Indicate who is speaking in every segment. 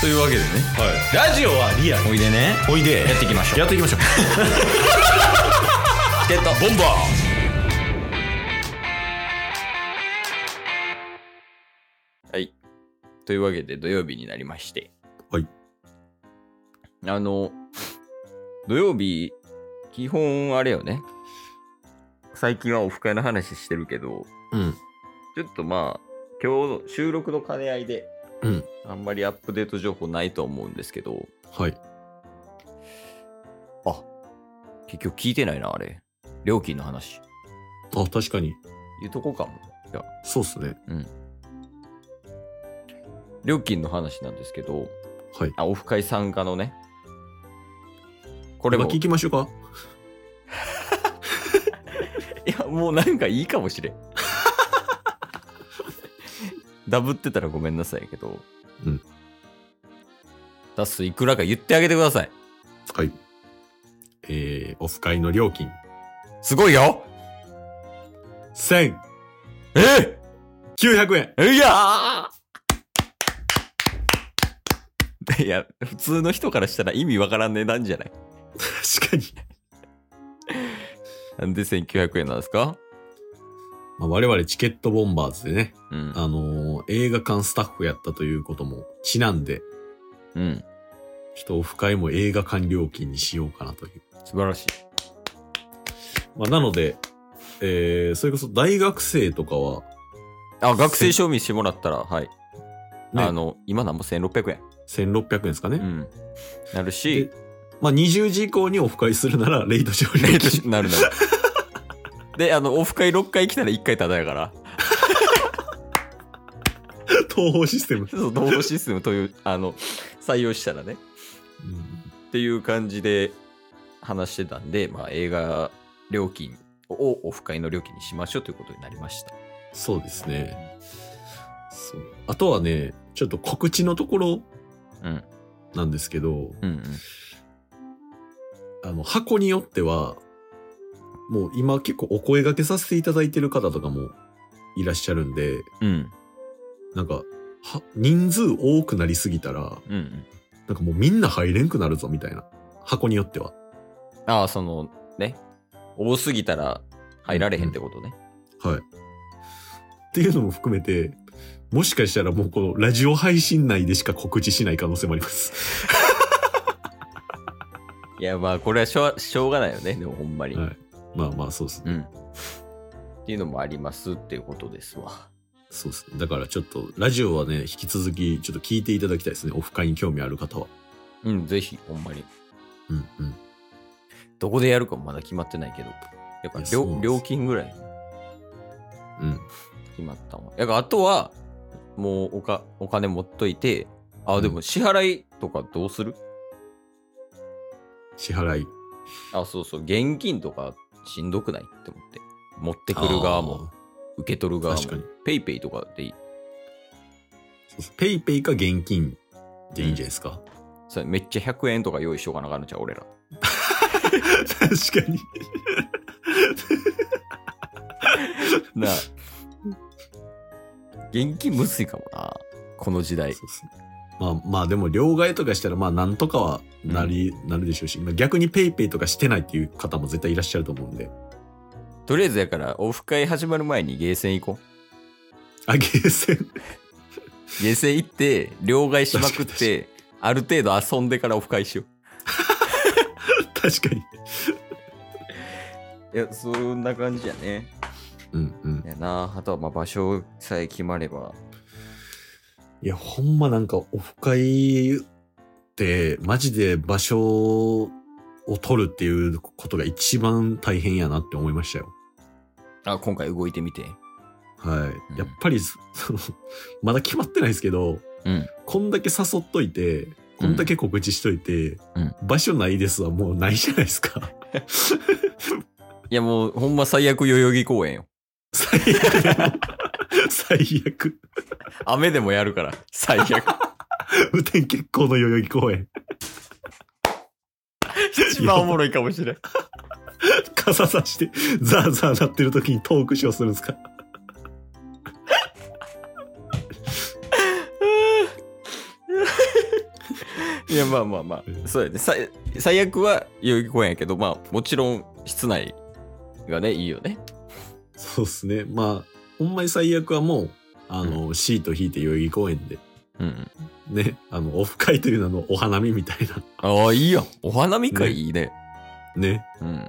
Speaker 1: というわけでね
Speaker 2: ラジオはリアル
Speaker 1: おいでね
Speaker 2: おいで
Speaker 1: やっていきましょう
Speaker 2: やっていきましょう
Speaker 1: チケットボンバーはいというわけで土曜日になりまして
Speaker 2: はい
Speaker 1: あの土曜日基本あれよね最近はオフ会の話してるけど
Speaker 2: うん
Speaker 1: ちょっとまあ今日の収録の兼ね合いで
Speaker 2: うん
Speaker 1: あんまりアップデート情報ないと思うんですけど
Speaker 2: はい
Speaker 1: 結局聞いてないなあれ料金の話
Speaker 2: あ確かに
Speaker 1: 言うとこかもいや
Speaker 2: そうっすね
Speaker 1: 料金の話なんですけど
Speaker 2: はい
Speaker 1: あオフ会参加のねこ
Speaker 2: こ
Speaker 1: れも
Speaker 2: 聞
Speaker 1: い
Speaker 2: きましょうか
Speaker 1: やもうなんかいいかもしれん ダブってたらごめんなさいけど
Speaker 2: うん
Speaker 1: 出すいくらか言ってあげてください
Speaker 2: はいえー、オフ会の料金
Speaker 1: すごいよ
Speaker 2: 1900
Speaker 1: え
Speaker 2: 円
Speaker 1: えいやーいや普通の人からしたら意味わからん値段じゃない
Speaker 2: 確かに、
Speaker 1: なんで1900円なんですか
Speaker 2: まあ、我々チケットボンバーズでね
Speaker 1: うん
Speaker 2: あのー映画館スタッフやったということもちなんで
Speaker 1: うん
Speaker 2: ちょっとオフ会も映画館料金にしようかなという。
Speaker 1: 素晴らしい
Speaker 2: まあ、なので、えー、それこそ大学生とかは、
Speaker 1: あ学生証明してもらったらはい
Speaker 2: ね、
Speaker 1: あの今なんも1600円、
Speaker 2: 1600円ですかね。
Speaker 1: うん、なるし
Speaker 2: でまあ、20時以降にオフ会するなら、レイト上料
Speaker 1: レートし
Speaker 2: 金。
Speaker 1: なるなるであのオフ会6回来たら1回ただやから
Speaker 2: 東方システム。
Speaker 1: そう同胞システムというあの採用したらね
Speaker 2: うん
Speaker 1: っていう感じで話してたんで、まあ、映画料金をオフ会の料金にしましょうということになりました
Speaker 2: そうですね。そう。あとはね、ちょっと告知のところ
Speaker 1: うん
Speaker 2: なんですけど、
Speaker 1: うんうん
Speaker 2: あの、箱によっては、もう今結構お声掛けさせていただいてる方とかもいらっしゃるんで、
Speaker 1: うん
Speaker 2: なんか、は、人数多くなりすぎたら、
Speaker 1: うんうん
Speaker 2: なんかもうみんな入れんくなるぞみたいな。箱によっては。
Speaker 1: ああそのね多すぎたら入られへんってことね、
Speaker 2: はい。っていうのも含めて、もしかしたらもうこのラジオ配信内でしか告知しない可能性もあります。
Speaker 1: いやまあこれはしょうしょうがないよねでもほんまに、
Speaker 2: はい。まあまあそうですね。
Speaker 1: うん。っていうのもありますっていうことですわ。
Speaker 2: そうですね。だからちょっと、ラジオはね、引き続きちょっと聞いていただきたいですね。オフ会に興味ある方は。
Speaker 1: うん、ぜひ、ほんまに。
Speaker 2: うんうん。
Speaker 1: どこでやるかもまだ決まってないけど。やっぱ
Speaker 2: いやそうな
Speaker 1: 料
Speaker 2: んです
Speaker 1: 料金ぐらい
Speaker 2: うん。
Speaker 1: 決まったもん。やっぱあとは、もうおかお金持っといて、あ、
Speaker 2: うん
Speaker 1: でも支払いとかどうする、
Speaker 2: 支払い。
Speaker 1: あ、そうそう、現金とかしんどくないって思って。持ってくる側も、受け取る
Speaker 2: あー。
Speaker 1: 側も
Speaker 2: 確か、に。
Speaker 1: ペイペイとかでいい。
Speaker 2: そうそうペイペイか現金でいいんじゃないですか。
Speaker 1: それめっちゃ100円とか用意しようかなあかんのちゃう俺ら。
Speaker 2: 確かに。
Speaker 1: なあ 現金むずいかもな。この時代。
Speaker 2: そうですね。まあまあでも両替とかしたらまあなんとかはなり、なるでしょうし、まあ、逆にペイペイとかしてないっていう方も絶対いらっしゃると思うんで。
Speaker 1: とりあえずやから、オフ会始まる前にゲーセン行こう。
Speaker 2: あ、ゲーセン。
Speaker 1: ゲーセン行って、両替しまくっ
Speaker 2: 確かに
Speaker 1: て、ある程度遊んでからオフ会しよ
Speaker 2: 確かに。
Speaker 1: う。いや、そんな感じやね。
Speaker 2: うんうん。
Speaker 1: やなあとはまあ場所さえ決まれば。
Speaker 2: いや、ほんまなんかオフ会ってマジで場所を取るっていうことが一番大変やなって思いましたよ。
Speaker 1: あ、今回動いてみて。
Speaker 2: はい。
Speaker 1: うん
Speaker 2: やっぱり、その、 まだ決まってないですけど、
Speaker 1: うん。
Speaker 2: こんだけ誘っといて、こんだけ告知しといて、
Speaker 1: うん
Speaker 2: 場所ないですはもうないじゃないですか。
Speaker 1: いやもう、ほんま最悪代々木公園よ。
Speaker 2: 最悪。最悪。
Speaker 1: 雨でもやるから、最 悪。
Speaker 2: 雨天決行の代々木公園。
Speaker 1: 一番おもろいかもしれん。
Speaker 2: 傘さして、ザーザー鳴ってる時にトークショーするんですか
Speaker 1: いやまあまあま
Speaker 2: うん
Speaker 1: あそうやね最最悪は代々木公園やけどまあもちろん室内がねいいよね
Speaker 2: そうっすね。まあ、ほんまに最悪はもう、あの、シート引いて代々木公園で、
Speaker 1: うんうん
Speaker 2: ね、あの、オフ会という名のお花見みたいな、
Speaker 1: ああいいやんお花見会いいね
Speaker 2: ね、
Speaker 1: うん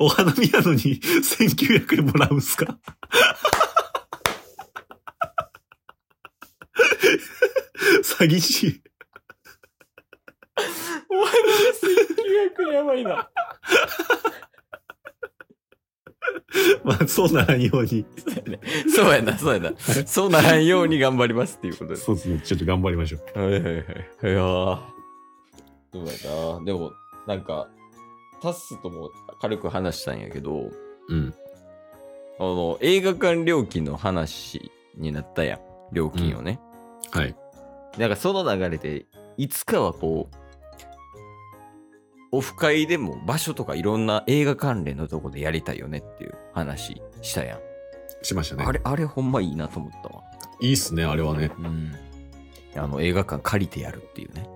Speaker 2: お、お花見やのに1900円もらうんすか 詐欺師。
Speaker 1: お花見1900やばいな
Speaker 2: まあ、そうならんように。
Speaker 1: そうやなそうやなそうならんように頑張りますっていうことです
Speaker 2: そうですね。ちょっと頑張りましょう。
Speaker 1: はいはいはいいやーそうやなでもなんかタッスとも軽く話したんやけど
Speaker 2: うん。
Speaker 1: あの映画館料金の話になったやん料金をね、
Speaker 2: はい。
Speaker 1: なんかその流れで、いつかはこう、オフ会でも場所とかいろんな映画関連のとこでやりたいよねっていう話したやん。
Speaker 2: しましたね。
Speaker 1: あれ、あれほんまいいなと思ったわ。
Speaker 2: いいっすね、あれはね。
Speaker 1: うん。あの映画館借りてやるっていうね。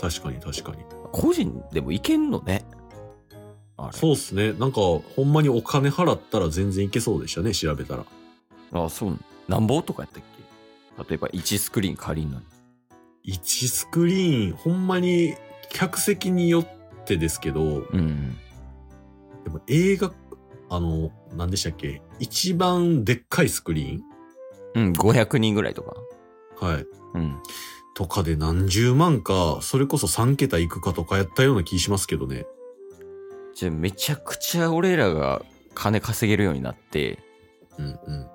Speaker 2: 確かに確かに。
Speaker 1: 個人でも行けんのね。あれ
Speaker 2: そうっすね。なんか、ほんまにお金払ったら全然いけそうでしたね、調べたら。
Speaker 1: あ、そう。なんぼとかやったっけ例えば1スクリーン借りんのに。
Speaker 2: 1スクリーン、ほんまに客席によってですけど、
Speaker 1: うん。
Speaker 2: でも映画、あの、何でしたっけ一番でっかいスクリ
Speaker 1: うん、500人ぐらいとか。
Speaker 2: ーンはい。
Speaker 1: うん。
Speaker 2: とかで何十万か、それこそ3桁いくかとかやったような気しますけどね。
Speaker 1: じゃあめちゃくちゃ俺らが金稼げるようになって、
Speaker 2: うんうん。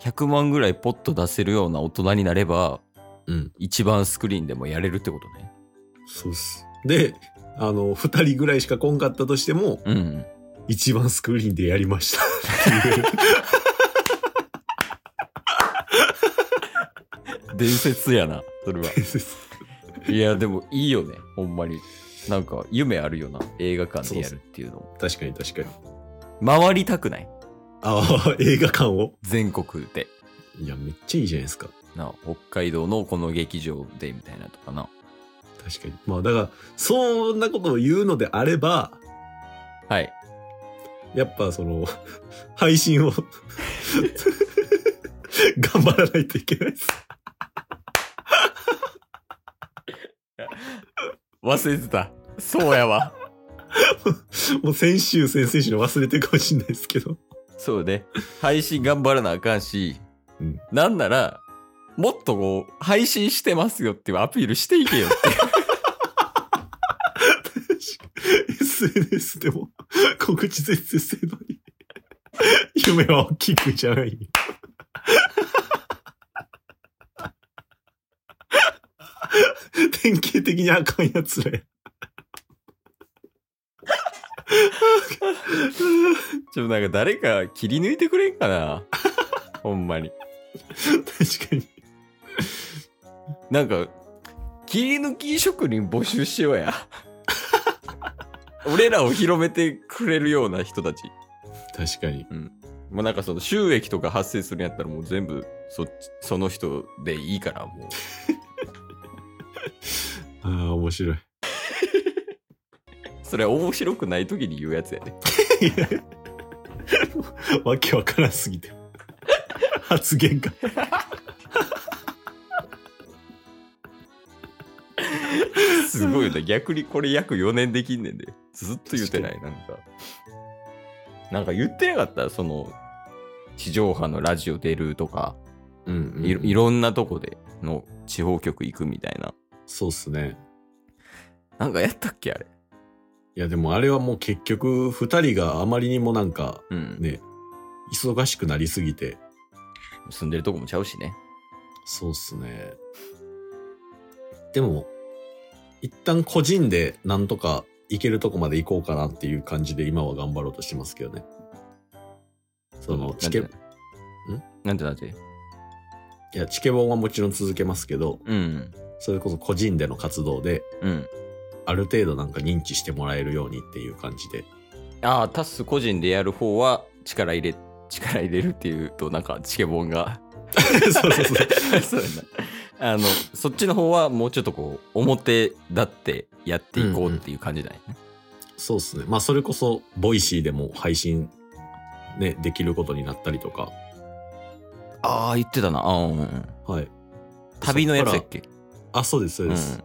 Speaker 1: 100万ぐらいポッと出せるような大人になれば
Speaker 2: うん。
Speaker 1: 一番スクリーンでもやれるってことね
Speaker 2: そうっす。で、あの、二人ぐらいしか来んかったとしても、
Speaker 1: うん
Speaker 2: 一番スクリーンでやりましたっていう。
Speaker 1: 伝説やなそれは
Speaker 2: そ
Speaker 1: いやでもいいよねほんまになんか夢あるよな映画館でやるっていうの
Speaker 2: う確かに確かに。
Speaker 1: 回りたくない
Speaker 2: ああ、映画館を。
Speaker 1: 全国で
Speaker 2: いや、めっちゃいいじゃないですか。
Speaker 1: な北海道のこの劇場でみたいなとかな
Speaker 2: 確かに。まあ、だから、そんなことを言うのであれば、
Speaker 1: はい
Speaker 2: やっぱその、 配信を、頑張らないといけないです。
Speaker 1: 忘れてたそうやわ
Speaker 2: もう先週、先々週の忘れてるかもしれないですけど。
Speaker 1: そうね配信頑張らなあかんし、
Speaker 2: うん
Speaker 1: なんならもっとこう配信してますよっていうアピールしていけよって
Speaker 2: SNS でも告知全然せんのに。夢は大きくじゃない。典型的にあかんやつらや。
Speaker 1: ちょっとなんか誰か切り抜いてくれんかなほんまに。
Speaker 2: 確かに。
Speaker 1: なんか、切り抜き職人募集しようや。俺らを広めてくれるような人たち。
Speaker 2: 確かに。
Speaker 1: もうなんかその収益とか発生するんやったらもう全部そっちその人でいいからも
Speaker 2: ああ、面白い。
Speaker 1: う。それは面白くない時に言うやつやね。
Speaker 2: わけわからんすぎて。 発言が。
Speaker 1: すごいよね。逆にこれ約4年できんねんで。ずっと言ってない。なんか。なんか言ってなかったその、地上波のラジオ出るとか。
Speaker 2: うん
Speaker 1: いろいろんなとこでの地方局行くみたいな。
Speaker 2: そうっすね。
Speaker 1: なんかやったっけあれ。
Speaker 2: いや、でもあれはもう結局、二人があまりにもなんか、
Speaker 1: うん。
Speaker 2: ね、忙しくなりすぎて。
Speaker 1: 住んでるとこもちゃうしね。
Speaker 2: そうっすね。でも、一旦個人でなんとか行けるとこまで行こうかなっていう感じで今は頑張ろうとしてますけどね。その、チケ、い
Speaker 1: なんてなんて。
Speaker 2: や、チケボンはもちろん続けますけど、
Speaker 1: うん。
Speaker 2: それこそ個人での活動で、
Speaker 1: うん。
Speaker 2: ある程度なんか認知してもらえるようにっていう感じ で。
Speaker 1: ああ、タス個人でやる方は力入れ、 力入れるっていうとなんかチケボンが。
Speaker 2: そうそうそう。
Speaker 1: そうやな。あの、そっちの方はもうちょっとこう、表立ってやっていこうっていう感じだよね。
Speaker 2: そうっすね。まあ、それこそ、ボイシーでも配信、ね、できることになったりとか。
Speaker 1: ああ、言ってたな。あーうんうん。
Speaker 2: はい。
Speaker 1: 旅のやつやっけ
Speaker 2: あ、そうです、そう
Speaker 1: う
Speaker 2: で
Speaker 1: ん。
Speaker 2: す。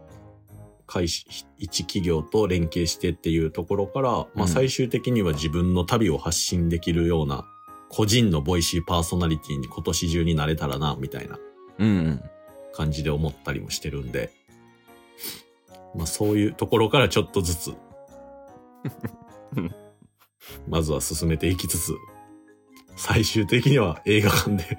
Speaker 2: 会社一企業と連携してっていうところから、ま
Speaker 1: うん
Speaker 2: あ、最終的には自分の旅を発信できるような、個人のボイシーパーソナリティに今年中になれたらな、みたいな
Speaker 1: うんうん。
Speaker 2: 感じで思ったりもしてるんで、 まあ、そういうところからちょっとずつ
Speaker 1: うん、
Speaker 2: まずは進めていきつつ、最終的には映画館で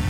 Speaker 3: す